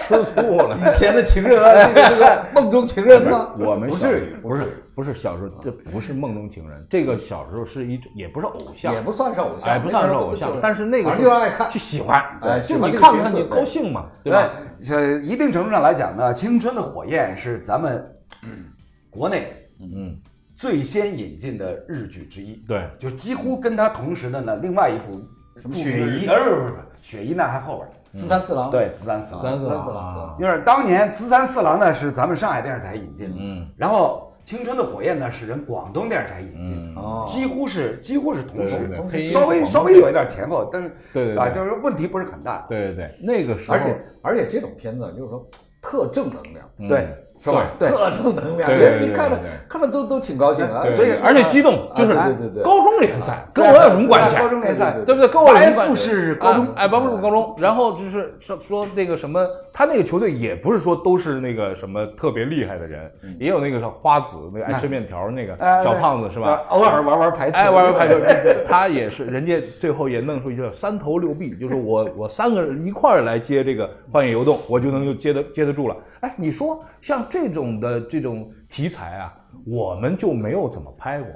Speaker 1: 吃醋 了。
Speaker 3: 以前的情人啊，这个 这个梦中情人吗？
Speaker 1: 我们
Speaker 3: 不
Speaker 1: 小
Speaker 3: 至于，
Speaker 1: 不是不是小时候，这不是梦中情人，这个小时候是一种，也不是偶像，
Speaker 3: 也不算是偶像，
Speaker 1: 哎，不算是偶
Speaker 3: 那个时候都不
Speaker 1: 像，
Speaker 3: 是
Speaker 1: 但是那个
Speaker 3: 反
Speaker 1: 时
Speaker 3: 正就
Speaker 1: 候
Speaker 3: 爱看
Speaker 1: 就。喜欢，
Speaker 3: 哎喜
Speaker 1: 就
Speaker 3: 欢
Speaker 1: 你
Speaker 3: 这个
Speaker 1: 看
Speaker 3: 角
Speaker 1: 看
Speaker 3: 色
Speaker 1: 你
Speaker 3: 对
Speaker 1: 高兴嘛，对
Speaker 2: 对
Speaker 1: 吧？，
Speaker 2: 这一定程度上来讲呢，青春的火焰是咱们国内
Speaker 1: 嗯，
Speaker 2: 最先引进的日剧之一。
Speaker 1: 对，
Speaker 2: 就几乎跟他同时的呢，另外一部
Speaker 3: 什么雪姨
Speaker 2: 呃不不不，雪姨那还后边儿。
Speaker 3: 四三四郎，
Speaker 2: 对，紫三四郎。
Speaker 1: 自然
Speaker 3: 四
Speaker 1: 自然
Speaker 3: 郎，四郎，四
Speaker 1: 啊
Speaker 3: 郎，
Speaker 2: 就是当年紫三四郎呢是咱们上海电视台引进的，
Speaker 1: 嗯，
Speaker 2: 然后青春的火焰呢是人广东电视台引进的，
Speaker 3: 哦
Speaker 1: 嗯
Speaker 2: 几乎是几乎是同时
Speaker 1: 对对对
Speaker 2: 的，
Speaker 1: 配音
Speaker 2: 稍微
Speaker 1: 广东
Speaker 2: 稍微有一点前后，但是
Speaker 1: 对对对
Speaker 2: 啊，就是问题不是很大。
Speaker 1: 对对对，那个时候，
Speaker 3: 而且而且这种片子就是说特正能量，
Speaker 2: 对，
Speaker 3: 是吧？
Speaker 1: 啊
Speaker 2: 对
Speaker 3: 特正能量，
Speaker 1: 嗯对对对对
Speaker 3: 你看着
Speaker 1: 对对
Speaker 3: 看着都都挺高兴啊，
Speaker 1: 对
Speaker 3: 所以
Speaker 1: 对
Speaker 3: 说
Speaker 1: 而且
Speaker 3: 呢
Speaker 1: 激动，就是
Speaker 3: 啊对对对，
Speaker 1: 高中联赛跟我有什么关系啊？
Speaker 2: 高中联赛
Speaker 3: 对
Speaker 1: 对不对？跟我有什么关
Speaker 2: 白
Speaker 1: 系
Speaker 2: 富士高中
Speaker 1: 啊哎，白富士高中，然后就是说说那个什么，他那个球队也不是说都是那个什么特别厉害的人，也有那个什么花子，嗯那个爱吃面条那个
Speaker 2: 哎
Speaker 1: 小胖子是吧？？
Speaker 2: 对偶尔玩玩排球，
Speaker 1: 哎，玩玩排球，他也是，人家最后也弄出一个三头六臂，就是我我三个人一块儿来接这个荒野游动，我就能就接得接得住了。哎，你说像这种的这种题材啊，我们就没有怎么拍过，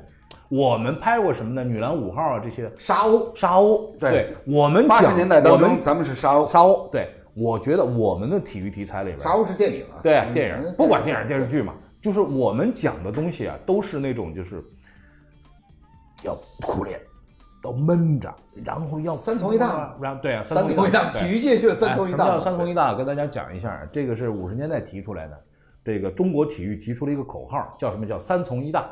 Speaker 1: 我们拍过什么呢？女篮五号啊这些
Speaker 3: 沙鸥，
Speaker 1: 沙鸥，
Speaker 2: 对
Speaker 1: 我们
Speaker 2: 八十
Speaker 1: 讲
Speaker 2: 年代当
Speaker 1: 我
Speaker 2: 中
Speaker 1: 们
Speaker 2: 咱们是沙鸥，
Speaker 1: 沙鸥，对我觉得我们的体育题材里边
Speaker 3: 沙鸥是电影啊，
Speaker 1: 对啊，电
Speaker 3: 嗯
Speaker 1: 影不管电影电视剧嘛，就是我们讲的东西啊，都是那种就是要苦练，要闷着，然后要
Speaker 3: 三从一大，
Speaker 1: 然后对啊，
Speaker 3: 三
Speaker 1: 从
Speaker 3: 从一大，
Speaker 1: 对
Speaker 3: 体育界就有三
Speaker 1: 哎
Speaker 3: 从一
Speaker 1: 什么
Speaker 3: 大
Speaker 1: 叫，三从一大，跟大家讲一下，这个是五十年代提出来的。这个中国体育提出了一个口号，叫什么？叫三从一大，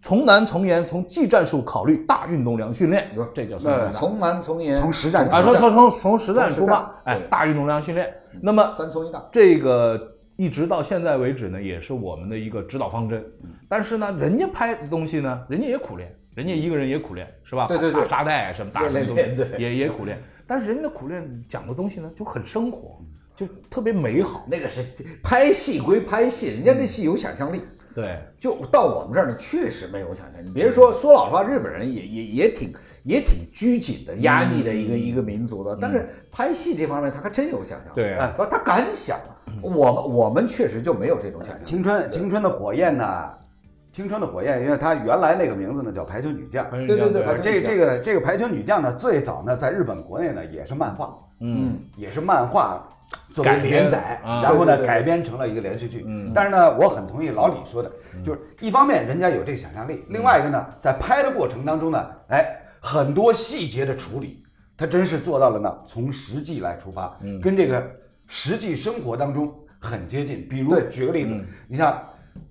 Speaker 1: 从难从严，从技战术考虑大运动量训练，这叫三从一大。
Speaker 3: 从难嗯从严，
Speaker 2: 从实战
Speaker 1: 啊，
Speaker 2: 实
Speaker 1: 说
Speaker 2: 战
Speaker 1: 从从从实战
Speaker 3: 从实
Speaker 1: 出发
Speaker 3: 战，
Speaker 1: 哎，
Speaker 3: 对
Speaker 1: 大运动量训练。那么
Speaker 3: 三从一大，
Speaker 1: 这个一直到现在为止呢，也是我们的一个指导方针。但是呢，人家拍东西呢，人家也苦练，人家一个人也苦练，是吧？
Speaker 3: 对对对
Speaker 1: 打沙袋什么打
Speaker 3: 对
Speaker 1: 什么
Speaker 3: 对
Speaker 1: 东
Speaker 3: 对
Speaker 1: 西
Speaker 3: 对
Speaker 1: 也也苦练。但是人家的苦练讲的东西呢，就很生活，就特别美好。
Speaker 3: 那个是拍戏归拍戏，人家那戏有想象力。
Speaker 1: 对，
Speaker 3: 就到我们这儿呢，确实没有想象力。别说说老实话，日本人也也也挺也挺拘谨的、压抑的一个、一个民族的。但是拍戏这方面，他还真有想象力。
Speaker 1: 对啊
Speaker 3: 哎他敢想。我们我们确嗯实就没有这种想象力。
Speaker 2: 青春青春的火焰呢？青春的火焰，因为它原来那个名字呢叫排球女将，
Speaker 3: 对对对
Speaker 2: 啊
Speaker 3: 排，球
Speaker 2: 这
Speaker 3: 女
Speaker 2: 这个这个排球女将呢，最早呢在日本国内呢也是漫画，嗯，也是漫画作为
Speaker 1: 改编
Speaker 2: 连载，
Speaker 1: 啊嗯
Speaker 2: 然后呢
Speaker 3: 对对对
Speaker 2: 改编成了一个连续剧。但是呢，我很同意老李说的，就是一方面人家有这个想象力，另外一个呢，在拍的过程当中呢，哎，很多细节的处理，他真是做到了呢，从实际来出发，
Speaker 1: 嗯
Speaker 2: 跟这个实际生活当中很接近。比如
Speaker 3: 对
Speaker 2: 举个例子，
Speaker 1: 嗯
Speaker 2: 你像。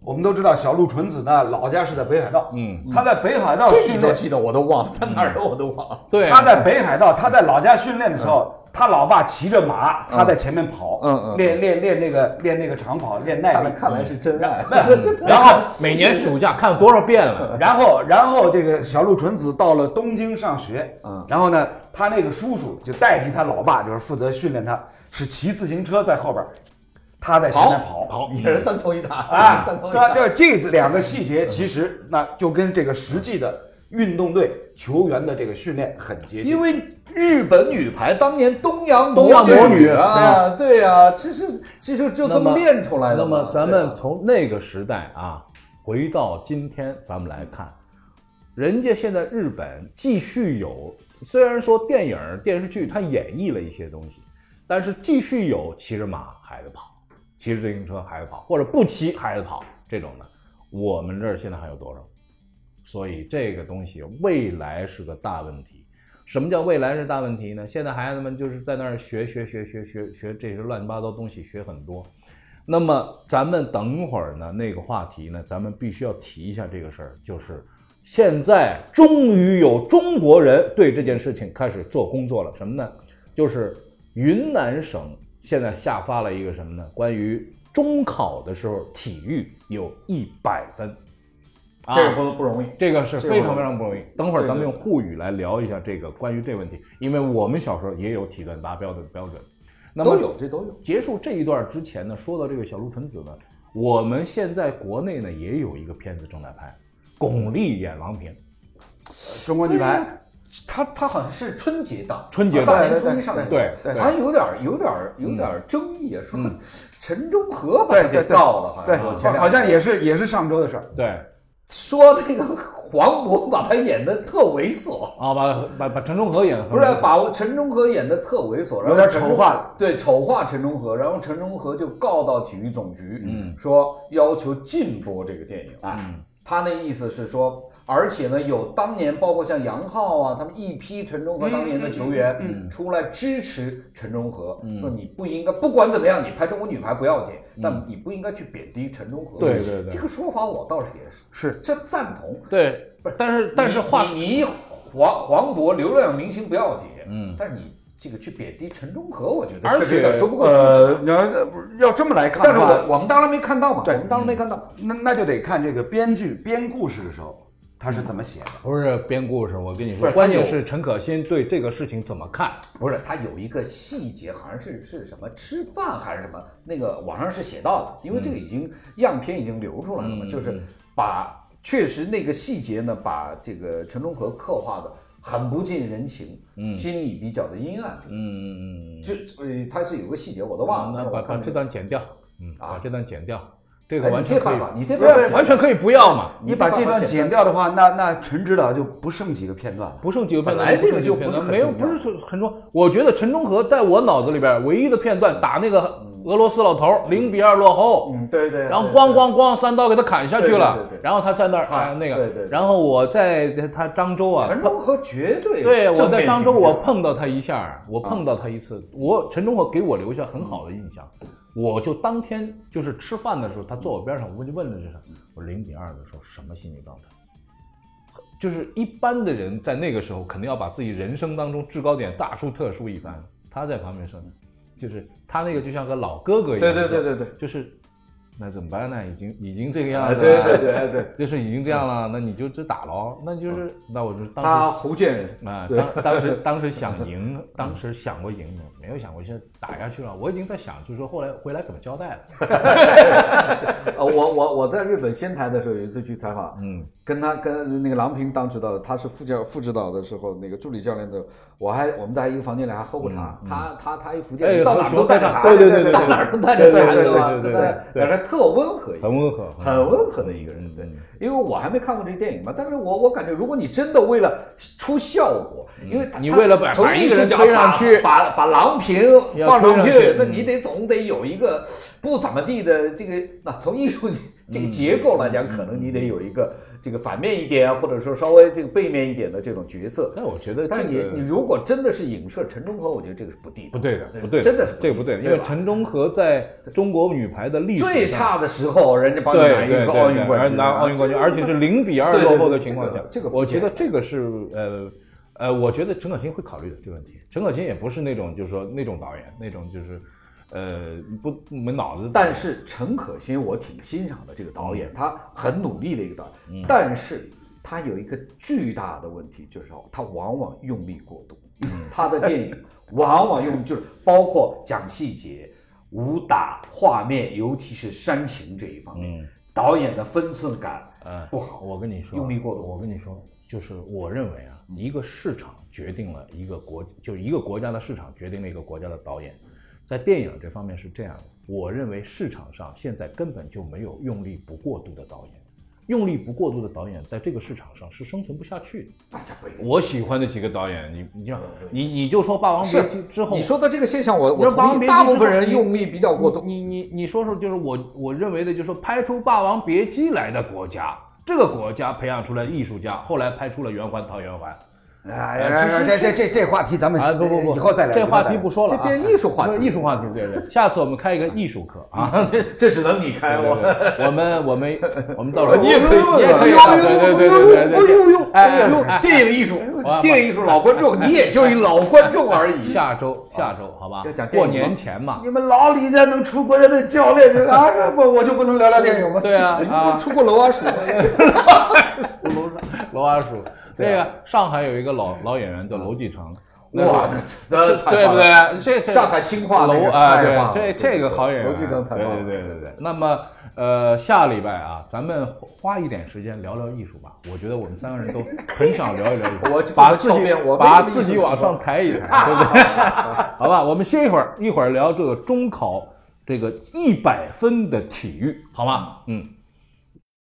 Speaker 2: 我们都知道小鹿纯子呢，老家是在北海道。嗯，她在北海道
Speaker 3: 这嗯
Speaker 2: 训
Speaker 3: 你
Speaker 2: 练
Speaker 3: 都记得，我都忘了，他哪儿的我都忘了。
Speaker 1: 对
Speaker 2: 他在北海道，他在老家训练的时候，他老爸骑着马，他在前面跑，
Speaker 3: 嗯嗯
Speaker 2: 练练练那个练那个长跑，练耐
Speaker 3: 看
Speaker 2: 力
Speaker 3: 来。看来是 真爱。
Speaker 1: 哎嗯 然后每年暑假看多少遍了？
Speaker 2: 然后，然后这个小鹿纯子到了东京上学，
Speaker 3: 嗯
Speaker 2: 然后呢，他那个叔叔就代替他老爸，就是负责训练他，是骑自行车在后边儿，他在前面跑，
Speaker 3: 好，一人三葱一塔
Speaker 2: 啊，
Speaker 3: 三葱一
Speaker 2: 对吧？
Speaker 3: 塔。
Speaker 2: 对，这两个细
Speaker 3: 嗯
Speaker 2: 节其实那就跟这个实际的运动队球员的这个训练很接近
Speaker 3: 因。为日本女排当年东洋
Speaker 1: 东洋魔
Speaker 3: 魔
Speaker 1: 女
Speaker 3: 啊，对啊，这是这就就这
Speaker 1: 那么
Speaker 3: 么练出来的
Speaker 1: 那
Speaker 3: 嘛。
Speaker 1: 么咱
Speaker 3: 对啊
Speaker 1: 们从那个时代啊，回到今天，咱们来看，人家现在日本继续有，虽然说电影儿、电视剧它演绎了一些东西，但是继续有骑着马孩子跑，骑着自行车孩子跑，或者不骑孩子跑这种的。我们这儿现在还有多少？所以这个东西未来是个大问题。什么叫未来是大问题呢？现在孩子们就是在那儿学学学学学学这些乱七八糟东西，学很多。那么咱们等会儿呢，那个话题呢，咱们必须要提一下这个事儿，就是现在终于有中国人对这件事情开始做工作了。什么呢？就是云南省现在下发了一个什么呢？关于中考的时候体育有一百分，啊
Speaker 3: 这个不不容易。
Speaker 1: 这个是
Speaker 3: 这个
Speaker 1: 非常
Speaker 3: 我
Speaker 1: 非常不容易。等会儿咱们用沪语来聊一下这个关于这个问题，因为我们小时候也有体段达标的标准。那么
Speaker 3: 都有，这都有。
Speaker 1: 结束这一段之前呢，说到这个小鹿纯子呢，我们现在国内呢也有一个片子正在拍，巩俐演郎平，
Speaker 2: 中国女排
Speaker 3: 他他好像是春节档，
Speaker 1: 春节档
Speaker 3: 大年初一上映，
Speaker 1: 对对嗯对
Speaker 3: 好像有点儿有点儿有点儿争议啊，说陈忠和把他给告了，好
Speaker 2: 对，
Speaker 3: 像前两
Speaker 2: 好像也是也是上周的事儿。
Speaker 1: 对，
Speaker 3: 说那个黄渤把他演的特猥琐，
Speaker 1: 啊，把把把陈忠和演的
Speaker 3: 不是把陈忠和演的特猥琐，然后
Speaker 2: 有点
Speaker 3: 陈忠
Speaker 2: 丑化了，
Speaker 3: 对，丑化陈忠和，然后陈忠和就告到体育总局，嗯，说要求禁播这个电影啊，
Speaker 2: 嗯
Speaker 3: 他那意思是说。而且呢，有当年包括像杨浩啊，他们一批陈忠和当年的球
Speaker 2: 嗯
Speaker 3: 员出来支持陈忠和，说你不应该，不管怎么样，你拍中国女排不要紧，但你不应该去贬低陈忠和。
Speaker 1: 对对对
Speaker 3: 这个说法我倒是也是
Speaker 2: 是
Speaker 3: 这赞同，
Speaker 1: 对，但是但是话
Speaker 3: 你你你黄黄渤流量明星不要紧，嗯，但是你这个去贬低陈忠和，我觉得
Speaker 1: 而
Speaker 3: 确实
Speaker 1: 且
Speaker 3: 有点说不过去。
Speaker 2: 呃，你要要这么来看
Speaker 3: 但是
Speaker 2: 的话，
Speaker 3: 我我们当然没看到嘛，我
Speaker 2: 对
Speaker 3: 们当然没看
Speaker 1: 嗯
Speaker 3: 到。
Speaker 2: 那那就得看这个编剧编故事的时候他是怎么写的。
Speaker 1: 不是编故事，我跟你
Speaker 3: 不
Speaker 1: 说，
Speaker 3: 是
Speaker 1: 关键
Speaker 3: 他有
Speaker 1: 是陈可辛对这个事情怎么看。
Speaker 3: 不是，他有一个细节，好像是是什么吃饭还是什么，那个网上是写到的，因为这个已经、样片已经流出来了
Speaker 1: 嗯
Speaker 3: 嘛，就是把确实那个细节呢，把这个陈忠和刻画的很不近人情，嗯、心里比较的阴暗，
Speaker 1: 嗯嗯嗯，
Speaker 3: 就呃，他是有个细节我都忘了，但
Speaker 1: 啊那
Speaker 3: 是
Speaker 1: 把
Speaker 3: 我
Speaker 1: 把
Speaker 3: 看
Speaker 1: 这
Speaker 3: 这
Speaker 1: 段剪掉，嗯，
Speaker 3: 啊
Speaker 1: 把这段剪掉，这
Speaker 3: 哎
Speaker 1: 个
Speaker 3: 你
Speaker 1: 完
Speaker 3: 这
Speaker 1: 全可以
Speaker 3: 办法，你这
Speaker 1: 不
Speaker 3: 办法
Speaker 1: 是
Speaker 3: 剪
Speaker 1: 完全可以不要嘛。
Speaker 2: 你把这段剪掉的话，那那陈指导就不剩几个片段了。
Speaker 1: 不剩几个片段，
Speaker 3: 本来这个就
Speaker 1: 不剩
Speaker 3: 不
Speaker 1: 几
Speaker 3: 是
Speaker 1: 片段
Speaker 3: 很
Speaker 1: 没有，
Speaker 3: 重要
Speaker 1: 不是很重。我觉得陈忠和在我脑子里边唯一的片段，打那个俄罗斯老头零比二落后，
Speaker 3: 嗯，对对，
Speaker 1: 然后
Speaker 3: 光
Speaker 1: 咣咣咣三刀给他砍下去了
Speaker 3: 对对对对，
Speaker 1: 然后他在那儿
Speaker 3: 看
Speaker 1: 哎那个，
Speaker 3: 对对对
Speaker 1: 然后我在他漳州啊，
Speaker 3: 陈忠和绝对
Speaker 1: 对我
Speaker 3: 正
Speaker 1: 在
Speaker 3: 面
Speaker 1: 漳州
Speaker 3: 形象啊
Speaker 1: 我碰到他一下，我碰到他一次，我陈忠和给我留下很好的印象，我就当天就是吃饭的时候，他坐我边上，我就问了这事，我零比二的时候什么心理状态？就是一般的人在那个时候肯定要把自己人生当中制高点大书特书一番，他在旁边说呢，就是他那个就像个老哥哥一样，
Speaker 3: 对对对对对，
Speaker 1: 就是那怎么办呢？已经已经这个样
Speaker 3: 哎，
Speaker 1: 子了，
Speaker 3: 对对对对，
Speaker 1: 就是已经这样了，那你就只打咯，那就是那我就
Speaker 3: 他
Speaker 1: 当时。
Speaker 3: 福 建人，
Speaker 1: 啊，
Speaker 3: 对
Speaker 1: 当当时当时想赢，当时想过赢，没有想过现在打下去了。我已经在想，就是说后来回来怎么交代了。
Speaker 3: 呃，我我我在日本仙台的时候有一次去采访，
Speaker 1: 嗯，
Speaker 3: 跟他跟那个郎平当指导，他是副教副指导的时候，那个助理教练的，我还我们在一个房间里还喝过茶，他他他一福建
Speaker 1: 嗯哎
Speaker 3: 人，到哪儿都带着
Speaker 1: 喝
Speaker 3: 茶，
Speaker 1: 对 对对对
Speaker 3: 到
Speaker 1: 对
Speaker 3: 哪儿都带
Speaker 1: 对
Speaker 3: 着茶，
Speaker 1: 对对
Speaker 3: 吧？
Speaker 1: 对对对对
Speaker 3: 但是特温和一个
Speaker 1: 很
Speaker 3: 人，
Speaker 1: 温和，嗯
Speaker 3: 很温和的一个人，对，因为我还没看过这个电影嘛，但是我我感觉，如果你真的为了出效果，因为他
Speaker 1: 嗯你
Speaker 3: 他
Speaker 1: 为了把
Speaker 3: 从
Speaker 1: 把一
Speaker 3: 艺
Speaker 1: 个
Speaker 3: 术
Speaker 1: 人
Speaker 3: 角
Speaker 1: 推上
Speaker 3: 把
Speaker 1: 去
Speaker 3: 把把郎平
Speaker 1: 要
Speaker 3: 放
Speaker 1: 推
Speaker 3: 上
Speaker 1: 上
Speaker 3: 去
Speaker 1: 去，嗯
Speaker 3: 那你得总得有一个不怎么地的这个，那从艺术
Speaker 1: 嗯
Speaker 3: 这个结构来讲，可能你得有一个这个反面一点，啊或者说稍微这个背面一点的这种角色。呃
Speaker 1: 但我觉得
Speaker 3: 但是
Speaker 1: 这
Speaker 3: 你
Speaker 1: 个
Speaker 3: 你如果真的是影射陈忠和，我觉得这个是不地道，
Speaker 1: 不对的，不对的，
Speaker 3: 真的是
Speaker 1: 这个不对的，因
Speaker 3: 对
Speaker 1: 为
Speaker 3: 吧
Speaker 1: 陈忠和在中国女排的历史上
Speaker 3: 最差的时候，人家帮你
Speaker 1: 对
Speaker 3: 拿一
Speaker 1: 对
Speaker 3: 个
Speaker 1: 对
Speaker 3: 奥运
Speaker 1: 对
Speaker 3: 冠
Speaker 1: 而
Speaker 3: 军，啊
Speaker 1: 拿奥运冠军，啊而且是零比二
Speaker 3: 对对
Speaker 1: 落后的
Speaker 3: 对
Speaker 1: 情
Speaker 3: 这
Speaker 1: 况
Speaker 3: 个
Speaker 1: 下，
Speaker 3: 这个不
Speaker 1: 我觉得这个是呃呃，我觉得陈可辛会考虑的这个问题。陈可辛也不是那种就是说那种导演，那种就是呃不没脑子。
Speaker 3: 但是陈可辛，我挺欣赏的这个导演，他很努力的一个导演，但是他有一个巨大的问题，就是他往往用力过度，他的电影往往用就是包括讲细节、武打、画面，尤其是煽情这一方面，导演的分寸感
Speaker 1: 呃
Speaker 3: 不好，
Speaker 1: 我跟你说，
Speaker 3: 用力过度
Speaker 1: 我跟你说，就是我认为啊，一个市场决定了一个国，就一个国家的市场决定了一个国家的导演。在电影这方面是这样的，我认为市场上现在根本就没有用力不过度的导演，用力不过度的导演在这个市场上是生存不下去的。
Speaker 3: 大家不一定。
Speaker 1: 我喜欢的几个导演，你你看，你你就说《霸王别姬》之后，
Speaker 3: 你说的这个现象，我
Speaker 1: 你说
Speaker 3: 我
Speaker 1: 《霸王
Speaker 3: 同
Speaker 1: 别
Speaker 3: 意，
Speaker 1: 姬》
Speaker 3: 大部
Speaker 1: 之
Speaker 3: 分
Speaker 1: 后
Speaker 3: 人
Speaker 1: 你
Speaker 3: 用力比较过度。
Speaker 1: 你你你说说，就是我我认为的，就是说拍出《霸王别姬》来的国家，这个国家培养出来艺术家，后来拍出了圆环套圆环。
Speaker 2: 哎
Speaker 1: 呀
Speaker 2: 这这这这这话题咱们
Speaker 3: 哎
Speaker 1: 啊，不不不，
Speaker 2: 以后再聊。
Speaker 1: 这话
Speaker 2: 以后再
Speaker 1: 题
Speaker 2: 聊
Speaker 1: 不说了、啊，
Speaker 3: 这变艺术话题
Speaker 1: 这是艺术话题，对对。下次我们开一个艺术课啊，这
Speaker 3: 这只能你开我，
Speaker 1: 我们我们我们到时候
Speaker 3: 你也可以，哎
Speaker 1: 你也可以，啊对对对对对对。
Speaker 3: 呦呦，哎呦，电影艺术，电影艺术老 观众，你也就一老观众而已。
Speaker 1: 下周下周好吧
Speaker 3: 要讲，电
Speaker 1: 过
Speaker 3: 影吗
Speaker 1: 年前嘛，
Speaker 2: 你们老李家能出国家的教练，这个啊，我我就不能聊聊电影吗？
Speaker 1: 对啊啊
Speaker 3: 出过楼 啊，叔，
Speaker 1: 楼上楼阿叔，这个上海有一个老老演员叫娄继成，
Speaker 3: 啊哇，那
Speaker 1: 对不？对？这这
Speaker 3: 上海青化那
Speaker 1: 楼
Speaker 3: 个
Speaker 1: 啊，
Speaker 3: 太棒了，
Speaker 1: 对，这这个好演员，
Speaker 3: 楼继承太棒了，
Speaker 1: 对对对对对。那么呃，下礼拜啊，咱们花花一点时间聊聊艺术吧。我觉得我们三个人都很想聊一聊艺术，
Speaker 3: 我就
Speaker 1: 把
Speaker 3: 这么
Speaker 1: 自己
Speaker 3: 照片我没
Speaker 1: 把
Speaker 3: 什么
Speaker 1: 自己
Speaker 3: 艺术
Speaker 1: 往
Speaker 3: 细胞
Speaker 1: 上抬一抬，对不 对？好吧，我们歇一会儿，一会儿聊这个中考这个一百分的体育，好吗？嗯，